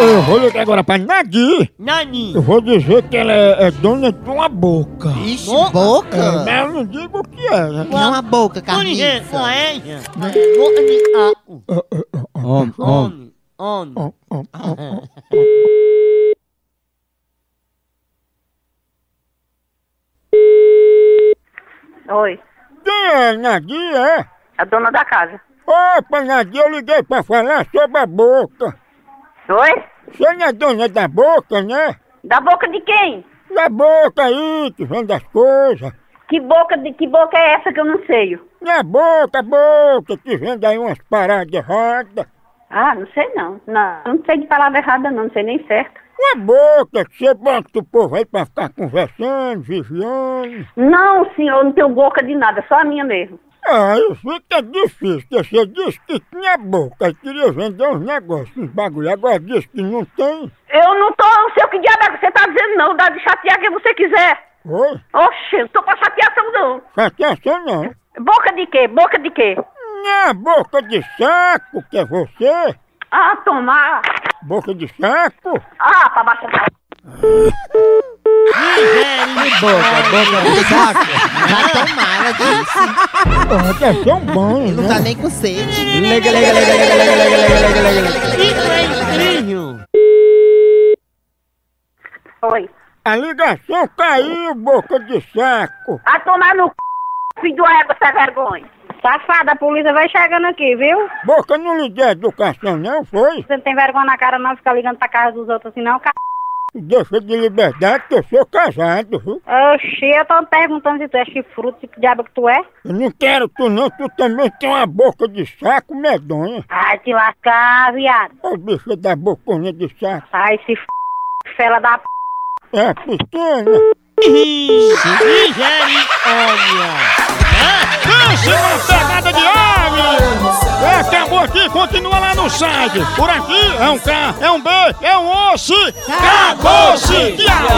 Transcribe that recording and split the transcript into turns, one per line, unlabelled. Eu vou ligar agora pra Nagui.
Nani.
Eu vou dizer que ela é, é dona de uma boca.
Ixi,
Bo-
boca?
É, mas eu não digo o que é, né?
Não é uma boca,
Onde
carniça.
coenha? Boca de aco.
Homem, homem.
Homem. Homem.
Ó, ó, ó, ó.
Oi,
Quem é Nagui, é?
a dona da casa.
Opa, Nagui, eu liguei pra falar sobre a boca.
Oi?
Você não é dona da boca, né?
Da boca de quem?
Da boca aí, que vende as coisas.
Que boca de que boca é essa que eu não sei?
Na boca, boca, que vende aí umas paradas erradas.
Ah, não sei não. Não, não sei de palavra errada não, não sei nem certo.
Uma boca que você bota o povo aí pra ficar conversando, vigiando.
Não, senhor, não tenho boca de nada, só a minha mesmo.
Ah, isso que é difícil, porque você disse que tinha boca e queria vender uns negócios, uns bagulho, agora disse que não tem.
Eu não tô, não sei o que diabo é que você tá dizendo não, dá de chatear quem você quiser.
Oi?
Oxe, eu não tô pra chateação não.
Chateação não.
Boca de quê? Boca de quê?
Não, é boca de saco, que é você.
Ah, tomar.
Boca de saco.
Ah, pra baixar.
Boca, boca de saco.
Já tomara disso.
Porra, deve ser um banho,
Não
né?
tá nem com sede.
Lega, lega, lega, lega, lega, lega, lega, lega, lega, lega.
Isso é incrível.
Oi.
A ligação caiu, boca de saco.
A Ah, tomar no c... filho do égua, essa vergonha.
Safada, a polícia vai chegando aqui, viu?
Boca não lhe deu educação não, foi?
Você não tem vergonha na cara não ficar ligando pra casa dos outros assim não, cara.
Deixa de liberdade que eu sou casado, viu?
Oxi, eu tô perguntando se tu é chifruto, se que diabo que tu é.
Eu não quero tu não, tu também tem uma boca de saco medonha.
Ai, te lascar, viado.
Ô bicho da bocona de saco.
Ai, se f... fela da p...
É pequena.
Ingere olha.
Pense numa pegada de homem! É, acabou aqui, continua lá no site. Por aqui é um K, é um B, é um osso. Acabou-se! Diabo!